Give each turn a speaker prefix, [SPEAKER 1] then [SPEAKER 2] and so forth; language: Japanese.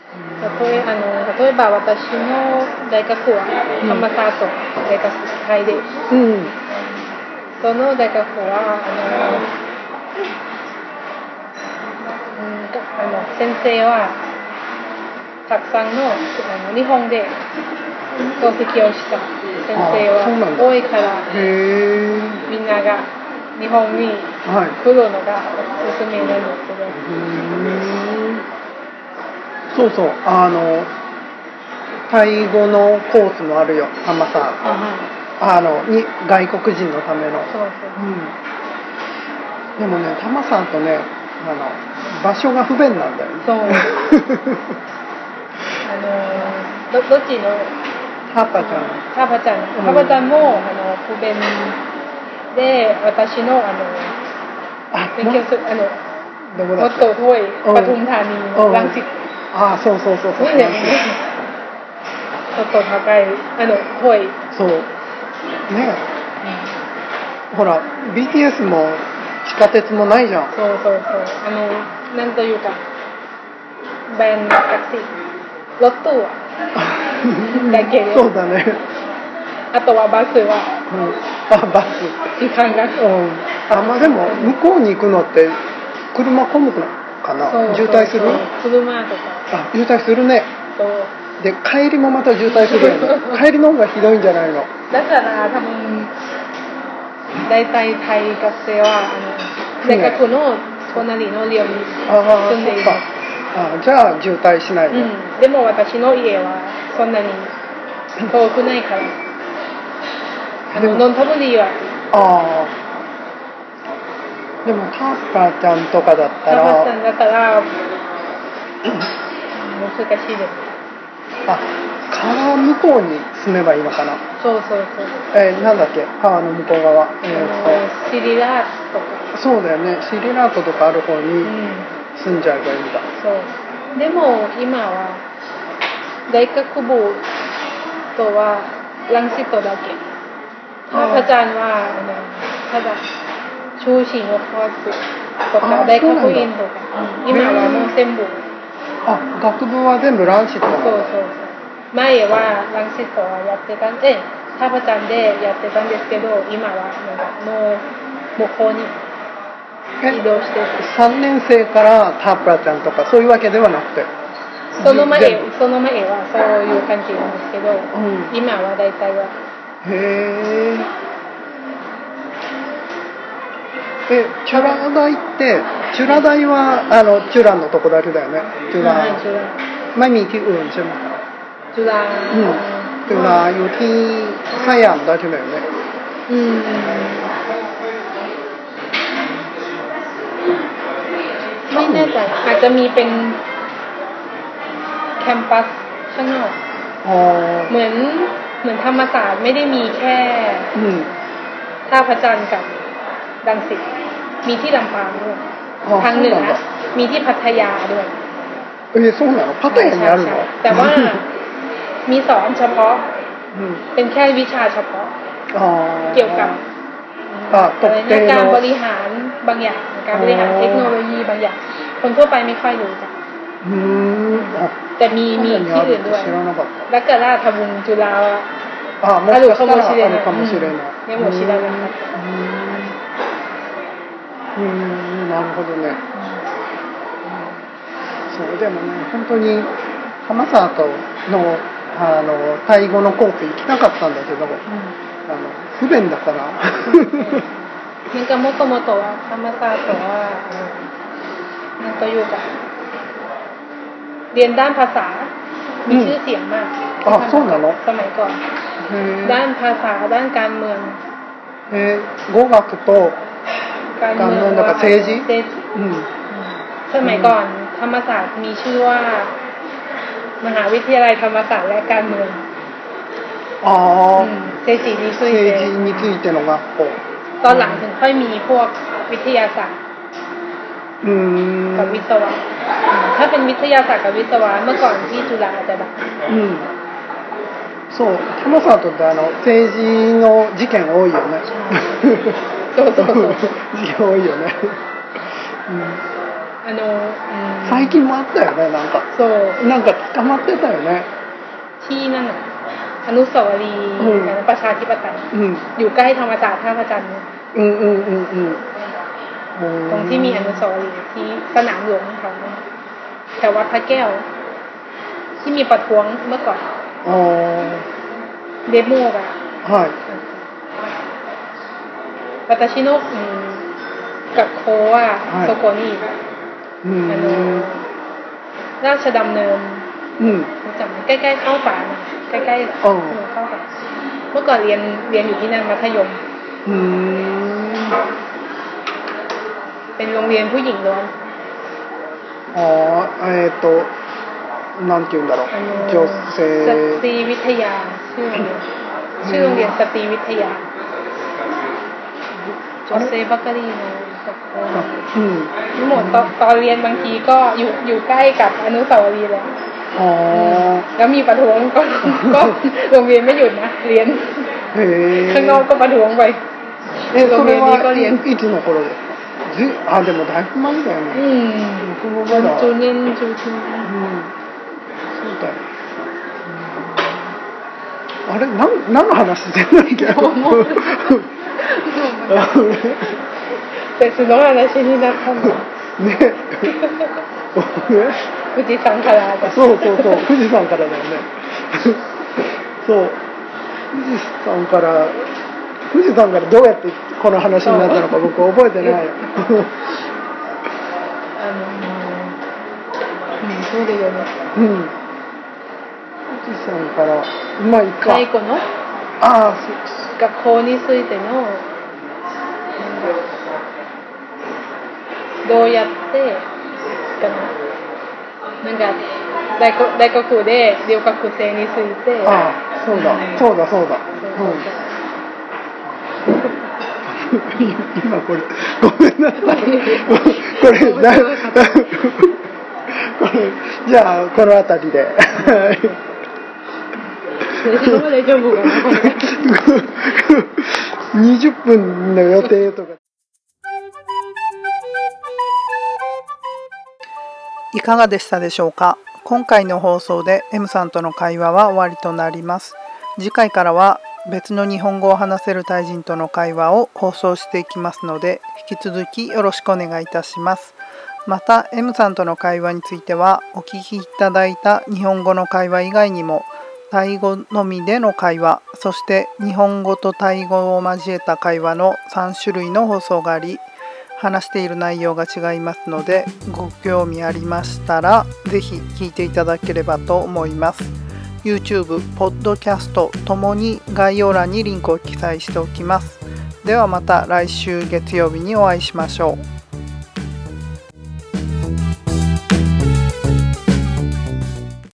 [SPEAKER 1] 例えあの例えば私の大学は
[SPEAKER 2] うん
[SPEAKER 1] 蒲田と大学会です、
[SPEAKER 2] うん。
[SPEAKER 1] その大学はあのうんとあの先生はたくさんのあの日本で功績をした先生
[SPEAKER 2] あそうなん
[SPEAKER 1] は
[SPEAKER 2] だ
[SPEAKER 1] 多いから
[SPEAKER 2] へえ。
[SPEAKER 1] みんなが日本に
[SPEAKER 2] はい。
[SPEAKER 1] 来るのがおすすめなんですけど。
[SPEAKER 2] うーんそうそう、あの、タイ語のコースもあるよ、たまさ。
[SPEAKER 1] あ
[SPEAKER 2] あの、に、外国人のための。
[SPEAKER 1] そうそう
[SPEAKER 2] うん。でもね、たまさんとね、あの、場所が不便なんだよね。
[SPEAKER 1] そうあのどどっちの
[SPEAKER 2] はたちゃ
[SPEAKER 1] カバちゃん
[SPEAKER 2] うん
[SPEAKER 1] カバちゃんも、あの不便で私のあの
[SPEAKER 2] ん。
[SPEAKER 1] 勉強するあの
[SPEAKER 2] などこ
[SPEAKER 1] も
[SPEAKER 2] だっ
[SPEAKER 1] っ
[SPEAKER 2] け
[SPEAKER 1] と遠い
[SPEAKER 2] うん
[SPEAKER 1] パトンタ
[SPEAKER 2] う
[SPEAKER 1] に
[SPEAKER 2] ん
[SPEAKER 1] ランチ
[SPEAKER 2] あそうそうそうそ。
[SPEAKER 1] そううですねちょっと高いあの遠い、
[SPEAKER 2] そう。ねほら、BTS も地下鉄もないじゃん。
[SPEAKER 1] そうそうそうあのなんというかแบรนด์แท็กซี่รถตู้อะ だけで
[SPEAKER 2] そうだね。
[SPEAKER 1] あとはバスは
[SPEAKER 2] うんあ、バス。
[SPEAKER 1] 時間が
[SPEAKER 2] うん。あ、まあでも、向こうに行くのって、車混むのかな
[SPEAKER 1] そう
[SPEAKER 2] 渋滞する
[SPEAKER 1] そうそう車とか
[SPEAKER 2] あ、渋滞するね。
[SPEAKER 1] そう
[SPEAKER 2] で、帰りもまた渋滞するよね。帰りの方がひどいんじゃないの
[SPEAKER 1] だから多分大体タイ学生はあの
[SPEAKER 2] 船
[SPEAKER 1] 大学の隣の寮に
[SPEAKER 2] ああ、
[SPEAKER 1] 住んでい
[SPEAKER 2] そっ
[SPEAKER 1] る
[SPEAKER 2] か。あじゃあ渋滞しないね。
[SPEAKER 1] うん、でも私の家はそんなに遠くないからあ
[SPEAKER 2] で
[SPEAKER 1] の
[SPEAKER 2] も
[SPEAKER 1] ノンタブリーは
[SPEAKER 2] ああ。でも、タッカーちゃんとかだった
[SPEAKER 1] タバさ
[SPEAKER 2] ら、
[SPEAKER 1] んだから難しいです
[SPEAKER 2] あ、川向こうに住めばいいのかな。
[SPEAKER 1] そうそうそう
[SPEAKER 2] えーなんだっけ川の向こう側。えーっと
[SPEAKER 1] あのシリラーとか
[SPEAKER 2] そうだよねシリラートとかある方
[SPEAKER 1] う
[SPEAKER 2] に
[SPEAKER 1] ん
[SPEAKER 2] 住んじゃえばいいんだ、
[SPEAKER 1] そうでも今は大学部とはランシットだけ
[SPEAKER 2] あー
[SPEAKER 1] アちゃんはあのただ修士のコースと
[SPEAKER 2] あ
[SPEAKER 1] か
[SPEAKER 2] ー
[SPEAKER 1] 大
[SPEAKER 2] そうなんだ
[SPEAKER 1] 学院とか
[SPEAKER 2] うん
[SPEAKER 1] 今はもう全部
[SPEAKER 2] あ学部は全部ランシット
[SPEAKER 1] そう
[SPEAKER 2] なん
[SPEAKER 1] そう
[SPEAKER 2] だ
[SPEAKER 1] そう前はランシットはやってたんでタバちゃんでやってたんですけど今はなんかもう向こうに移
[SPEAKER 2] え
[SPEAKER 1] 動してて
[SPEAKER 2] 3年生からタープラちゃんとかそういうわけではなくて
[SPEAKER 1] その前
[SPEAKER 2] 全部
[SPEAKER 1] その前はそういう感じなんですけど、
[SPEAKER 2] うん
[SPEAKER 1] 今は大体は
[SPEAKER 2] へええチュラ大ってチュラ大はあのチュラのとこだけだよねチュ
[SPEAKER 1] はい
[SPEAKER 2] ラ
[SPEAKER 1] จุฬา
[SPEAKER 2] ไม่มีที่อื่นใช่ไหม
[SPEAKER 1] จุฬา
[SPEAKER 2] อืมจุฬาอยู่ที่สยามได้ใช่ไหมเนี่ย
[SPEAKER 1] อืมไม่แน่ใจอาจจะมีเป็นแคมปัสข้างนอก
[SPEAKER 2] อ๋อ
[SPEAKER 1] เหมือนเหมือนธรรมศาสตร์ไม่ได้มีแค่
[SPEAKER 2] อืม
[SPEAKER 1] ท่าพระจันทร์กับดังสิตมีที่ลำปางด้วย
[SPEAKER 2] อ๋อ
[SPEAKER 1] ทางเหนื
[SPEAKER 2] ข้า
[SPEAKER 1] อง
[SPEAKER 2] หลังเหรอ
[SPEAKER 1] มีที่พัทยาด้วย
[SPEAKER 2] えーそうなのパタヤにある
[SPEAKER 1] ใช่
[SPEAKER 2] の
[SPEAKER 1] ใช่แต่ ว่ามีสอนเฉพาะ
[SPEAKER 2] อืม
[SPEAKER 1] เป็นแค่วิชาเฉพาะ
[SPEAKER 2] อ๋อ
[SPEAKER 1] เกี่ยวกับ
[SPEAKER 2] อ่า
[SPEAKER 1] อะไร
[SPEAKER 2] ตกเท
[SPEAKER 1] นะ
[SPEAKER 2] โน
[SPEAKER 1] การบริหารบางอย่าง การบริหาร
[SPEAKER 2] อ๋อ
[SPEAKER 1] เทคโนโลยีบางอย่าง คนทั่วไปไม่ค่อยรู้จัก
[SPEAKER 2] อืมあ
[SPEAKER 1] แต่มีมี
[SPEAKER 2] パタヤに
[SPEAKER 1] ที่
[SPEAKER 2] ある
[SPEAKER 1] อื่
[SPEAKER 2] っ
[SPEAKER 1] น
[SPEAKER 2] て
[SPEAKER 1] ด้วย
[SPEAKER 2] 知らなかっ
[SPEAKER 1] รักกะลาทบุญจุฬา
[SPEAKER 2] たあもし
[SPEAKER 1] あるか
[SPEAKER 2] かした
[SPEAKER 1] も
[SPEAKER 2] ら
[SPEAKER 1] しれ
[SPEAKER 2] あ
[SPEAKER 1] ない
[SPEAKER 2] るかもしれな
[SPEAKER 1] う
[SPEAKER 2] い、
[SPEAKER 1] んでも知らなかった
[SPEAKER 2] うんうんなるほどねそうでもね本当に浜沢とのあのタイ語のコース行きたかったんだけどあの不便だから
[SPEAKER 1] なんかもともとはธรรมศาสตร์แต่ว่านันก็อยู่กับเรียนด้านภาษา มีชื่อเสียงมาก
[SPEAKER 2] อ๋อそうなの
[SPEAKER 1] สมัยก่อน
[SPEAKER 2] へ え
[SPEAKER 1] ด้านภาษาด้านการเมือง
[SPEAKER 2] えー語学と
[SPEAKER 1] การ
[SPEAKER 2] การ
[SPEAKER 1] เมือ
[SPEAKER 2] の
[SPEAKER 1] ง
[SPEAKER 2] なんか政治
[SPEAKER 1] เซจิ
[SPEAKER 2] うん
[SPEAKER 1] สมัยก่อนธรรมศาสตร์มีชื่อว่า มหาวิทยาลัยธรรมศาสตร์และการเมือง
[SPEAKER 2] ああ、
[SPEAKER 1] อืมเซจินิซุยเซ
[SPEAKER 2] 政治についての学校
[SPEAKER 1] ตอนหลังถึงค่อยมีพวกวิทยาศาสตร์
[SPEAKER 2] うーん
[SPEAKER 1] กับวิศวะอืมถ้าเป็นวิทยาศาสตร์กับวิศวะเมื่อก่อนที่จุฬาจะแบบ
[SPEAKER 2] うんそうタマさんとってあの政治の事件多いよね
[SPEAKER 1] そうそうそう
[SPEAKER 2] 事件多いよね、う
[SPEAKER 1] あ
[SPEAKER 2] ん、
[SPEAKER 1] の、うん
[SPEAKER 2] 最近もあったよねなんか
[SPEAKER 1] そう
[SPEAKER 2] なんか捕まってたよね
[SPEAKER 1] ที่นั่นน่ะอนุสาวรีย์อะไรนะประชาธิปไตย
[SPEAKER 2] うん
[SPEAKER 1] อยู่ใกล้ธรรมศาสตร์ท่าพระจันทร์
[SPEAKER 2] うんうんうんうんうん
[SPEAKER 1] ตรงที่มีอนุสาวรีย์ที่สนามหลวงของแถววัดพระแก้ว ที่มีประท้วงเมื่อก่อน
[SPEAKER 2] あー
[SPEAKER 1] เดโมกัน
[SPEAKER 2] はい
[SPEAKER 1] วัตชิโนะอืมกับโควาโซโกนี่
[SPEAKER 2] う
[SPEAKER 1] อันนี้
[SPEAKER 2] ん
[SPEAKER 1] ราชดำเนิน
[SPEAKER 2] うん
[SPEAKER 1] รู้จักไหมใกล้ๆเข้าฝานะใกล้ๆเออเข้าฝาเมื่อก่อนเรียนเรียนอยู่ที่นั่นมัธยม
[SPEAKER 2] うん
[SPEAKER 1] เป็นโรงเรียนผู้หญิงล้วน
[SPEAKER 2] ああえっ、となんて言うんだろう
[SPEAKER 1] あの
[SPEAKER 2] 女
[SPEAKER 1] สต
[SPEAKER 2] 性
[SPEAKER 1] รีวิทยา ชื่อโรงเรียนชื่อโรงเรียนสตรีวิทยาจอเซบักกรีนะ
[SPEAKER 2] うん
[SPEAKER 1] ทั้งหมดตอนตอนเรียนบางทีก็อยู่อยู่ใกล้กับอนุสาวรีย์แล้ว
[SPEAKER 2] あ
[SPEAKER 1] แล้วมีประท้วงก็ ก็โรงเรียนไม่หยุดนะเรียน
[SPEAKER 2] あへえ
[SPEAKER 1] ข้างนอกก็ประท้วงไป
[SPEAKER 2] えそれ
[SPEAKER 1] ロ
[SPEAKER 2] は
[SPEAKER 1] メディカリ
[SPEAKER 2] いいつの頃ですかずいあでもだいぶ前だよね
[SPEAKER 1] อืม
[SPEAKER 2] 僕もまだ
[SPEAKER 1] จู
[SPEAKER 2] うん
[SPEAKER 1] เนียนจูจู
[SPEAKER 2] そうだようんあれなん何の話してんのいきなり
[SPEAKER 1] แต่สุนทรนาชินีนะท่าน
[SPEAKER 2] ね ね
[SPEAKER 1] อุจิสังขารจ้ะ
[SPEAKER 2] そうそうそう富士山からだよね そう富士山から富士山からどうやってこの話になったのか僕覚えて な
[SPEAKER 1] あ
[SPEAKER 2] い
[SPEAKER 1] のうんそうだよね
[SPEAKER 2] うん富士山からまあいいか
[SPEAKER 1] 最後の
[SPEAKER 2] ああそ
[SPEAKER 1] 学校についてのどうやってかななんか大学大学で留学生について
[SPEAKER 2] ああそうだそうだそう
[SPEAKER 1] そ
[SPEAKER 2] だ
[SPEAKER 1] うそう
[SPEAKER 2] うん今これごめんな さいこれだこ れじゃあこの辺りで
[SPEAKER 1] そう 大丈夫かなこれ
[SPEAKER 2] 20分の予定とか
[SPEAKER 3] いかがでしたでしょうか今回の放送で M さんとの会話は終わりとなります次回からは別の日本語を話せるタイ人との会話を放送していきますので引き続きよろしくお願いいたしますまた M さんとの会話についてはお聞きいただいた日本語の会話以外にもタイ語のみでの会話そして日本語とタイ語を交えた会話の3種類の放送があり話している内容が違いますのでご興味ありましたらぜひ聞いていただければと思います YouTube、ポッドキャストともに概要欄にリンクを記載しておきますではまた来週月曜日にお会いしましょう